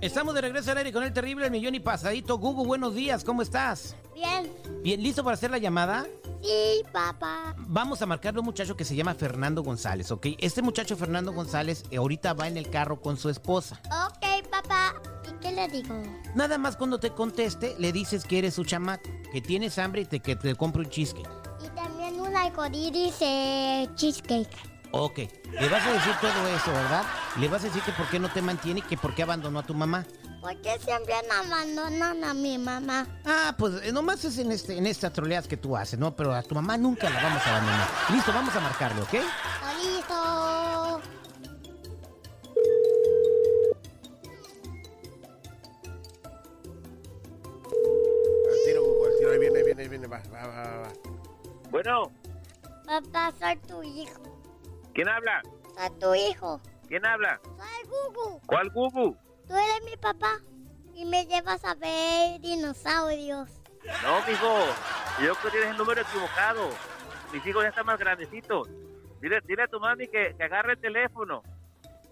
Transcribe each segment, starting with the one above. Estamos de regreso al aire con el terrible El Millón y Pasadito. Gugu, buenos días, ¿cómo estás? Bien. Bien, ¿listo para hacer la llamada? Sí, papá. Vamos a marcarle a un muchacho que se llama Fernando González, ¿ok? Este muchacho Fernando González eh, ahorita va en el carro con su esposa. Ok, papá. ¿Y qué le digo? Nada más cuando te conteste, le dices que eres su chamaco, que tienes hambre y te, que te compre un cheesecake. Y también un arcoíris eh, cheesecake. Ok, le vas a decir todo eso, ¿verdad? Le vas a decir que por qué no te mantiene y que por qué abandonó a tu mamá. ¿Por qué siempre me abandonan a mi mamá? Ah, pues eh, nomás es en, este, en estas troleadas que tú haces, ¿no? Pero a tu mamá nunca la vamos a abandonar. Listo, vamos a marcarle, ¿ok? ¡Listo! Al tiro, Hugo, al tiro, ahí viene, ahí viene, ahí viene, va, va, va, va, va. Bueno, Papá, soy tu hijo. ¿quién habla? Soy tu hijo. ¿Quién habla? Soy Gugu. ¿Cuál Gugu? Tú eres mi papá. Y me llevas a ver dinosaurios. No, mijo, yo creo que tienes el número equivocado. Mis hijos ya están más grandecitos. Dile, dile a tu mami que, que agarre el teléfono.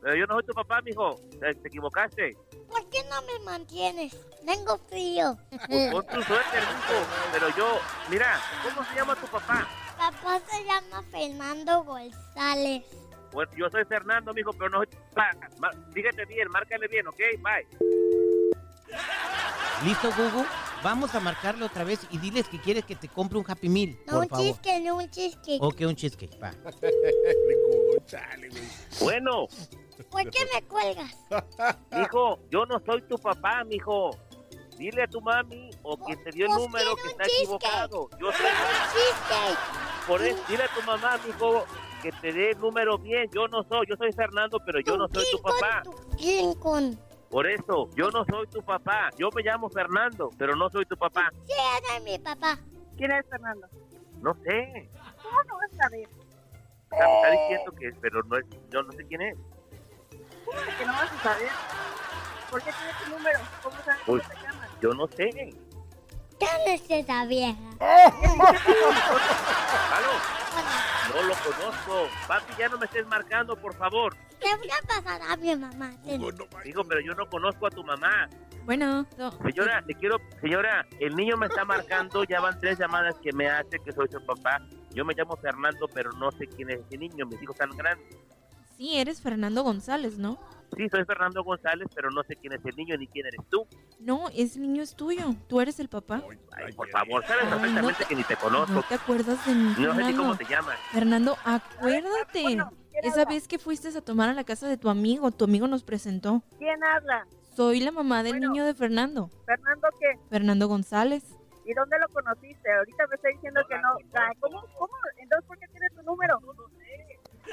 Pero yo no soy tu papá, mijo. Te, te equivocaste. ¿Por qué no me mantienes? Tengo frío. Pon pon tu suéter, mijo. Pero yo, mira, ¿cómo se llama tu papá? papá se llama Fernando González. Bueno, Pues yo soy Fernando, mijo, pero no soy tu papá. Ma- Fíjate bien, márcale bien, ¿ok? Bye. Listo, Gugu. Vamos a marcarle otra vez y diles que quieres que te compre un Happy Meal, No por un favor. chisque, no un chisque. Ok, un cheesecake, va. Hugo, chale, güey. Bueno, ¿Por qué me cuelgas? mijo, yo no soy tu papá, mijo. Dile a tu mami o quien te dio el Pues número quiero que un está cheesecake. equivocado. Yo soy ¡Tengo un chisque! Por eso, dile a tu mamá, mijo, que te dé el número bien. Yo no soy, yo soy Fernando, pero yo no soy tu papá. Tu King Kong. Por eso, yo no soy tu papá. Yo me llamo Fernando, pero no soy tu papá. Sí, eres mi papá. ¿Quién es Fernando? No sé. ¿Cómo no vas a saber? O sea, me está diciendo que es, pero no es, yo no sé quién es. ¿Cómo de que no vas a saber? ¿Por qué tienes tu número? ¿Cómo sabes Uy. cómo te llamas? Yo no sé. ¿Dónde es esa vieja? Aló, no lo conozco. Papi, ya no me estés marcando, por favor. Te voy a pasar a mi mamá. ten. Hugo, no manches. Digo, pero yo no conozco a tu mamá. Bueno, Señora, le quiero, señora, el niño me está marcando, ya van tres llamadas que me hace que soy su papá. Yo me llamo Fernando, pero no sé quién es ese niño, mis hijos están grandes. eh, sí, eres Fernando González, ¿no? Sí, soy Fernando González, pero no sé quién es el niño ni quién eres tú. No, ese niño es tuyo. Tú eres el papá. Ay, Ay, ay, por ay, favor, sabes Ay, no perfectamente te- que ni te No conozco. te acuerdas de mí, No sé ni cómo Fernando. te llamas. Fernando, acuérdate. Bueno, ¿quién Esa habla? vez que fuiste a tomar a la casa de tu amigo, tu amigo nos presentó. ¿Quién habla? Soy la mamá del Bueno. niño de Fernando, ¿Fernando qué? Fernando González. ¿Y dónde lo conociste? Ahorita me está diciendo que no. Ah, ¿Cómo? ¿Cómo? Entonces, ¿por qué tienes tu número?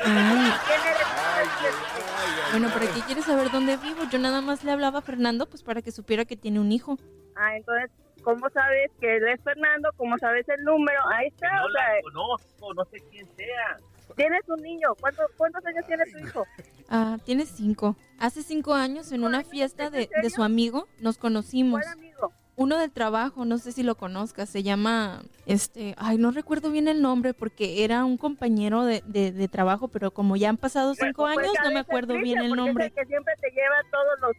Ay, ¿Quién eres? ay, ay, ay, ay, bueno, ay. ¿para qué quieres saber dónde vivo? Yo nada más le hablaba a Fernando, pues para que supiera que tiene un hijo. Ah, entonces, ¿cómo sabes que él es Fernando? ¿Cómo sabes el número? Ahí Que está. No O sea, la conozco, no sé quién sea. tienes un niño. ¿Cuántos, cuántos años tiene tu hijo? Ah, tiene cinco. Hace cinco años, en una fiesta ¿Es de, en serio? de su amigo, nos conocimos. ¿Cuál amigo? uno del trabajo, no sé si lo conozcas, se llama, este, ay, no recuerdo bien el nombre porque era un compañero de, de- de trabajo, pero como ya han pasado cinco Pues años, no sabes, me acuerdo Patricia, bien el porque es nombre. que siempre te lleva a todos los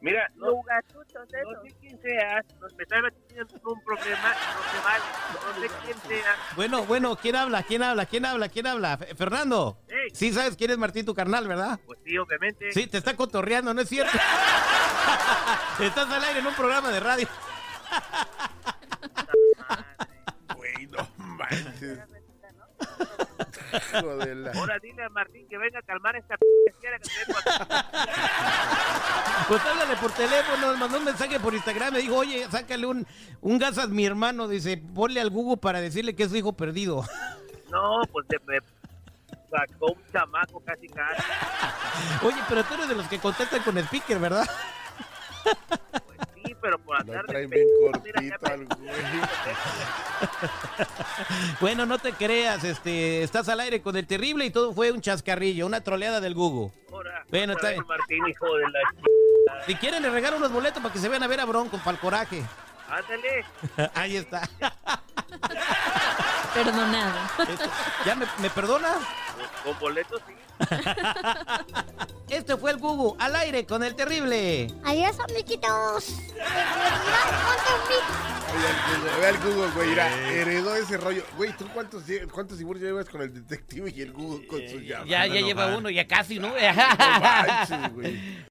Mira, no, lugachuchos esos. no sé quién sea. Nos me está metiendo en un problema, no se vale. No sé quién sea. Bueno, bueno, ¿quién habla? ¿Quién habla? ¿Quién habla? ¿Quién habla? Fe- Fernando. Ey. Sí, sabes quién es Martín, tu carnal, ¿verdad? Pues sí, obviamente. Sí, te está cotorreando, ¿no es cierto? Estás al aire en un programa de radio. Güey, no manches. Hijo de la- Ahora dile a Martín que venga a calmar esta p fiera que tengo aquí. Pues háblale por teléfono, mandó un mensaje por Instagram, me dijo, oye, sácale un, un gas a mi hermano, dice, ponle al Google para decirle que es su hijo perdido. No, pues se me sacó un chamaco casi casi. Oye, pero tú eres de los que contestan con speaker, ¿verdad? Pues sí, pero por la Lo tarde. traen bien mira, ya cortito me- al güey. Bueno, no te creas, este, estás al aire con el terrible y todo fue un chascarrillo, una troleada del Gugu. Ahora, Bueno, está otra bien. vez Martín, hijo de la Si quieren, le regalo unos boletos para que se vean a ver a Bronco, para el coraje. ch- Ándale. Ahí está. Perdonado. Esto- Este, ¿Ya me, me perdonas? Con- Con boletos sí. Este fue el Gugu, al aire con el terrible. Adiós, amiguitos. Adiós, Oye, al Google, Ve al Google, güey, mira, heredó ese rollo. Güey, ¿tú cuántos, lle- cuántos dibujos llevas con el Eh, detective y el Google con sus llaves? Ya, ya lleva uno, ya casi, ¿no? No manches, güey.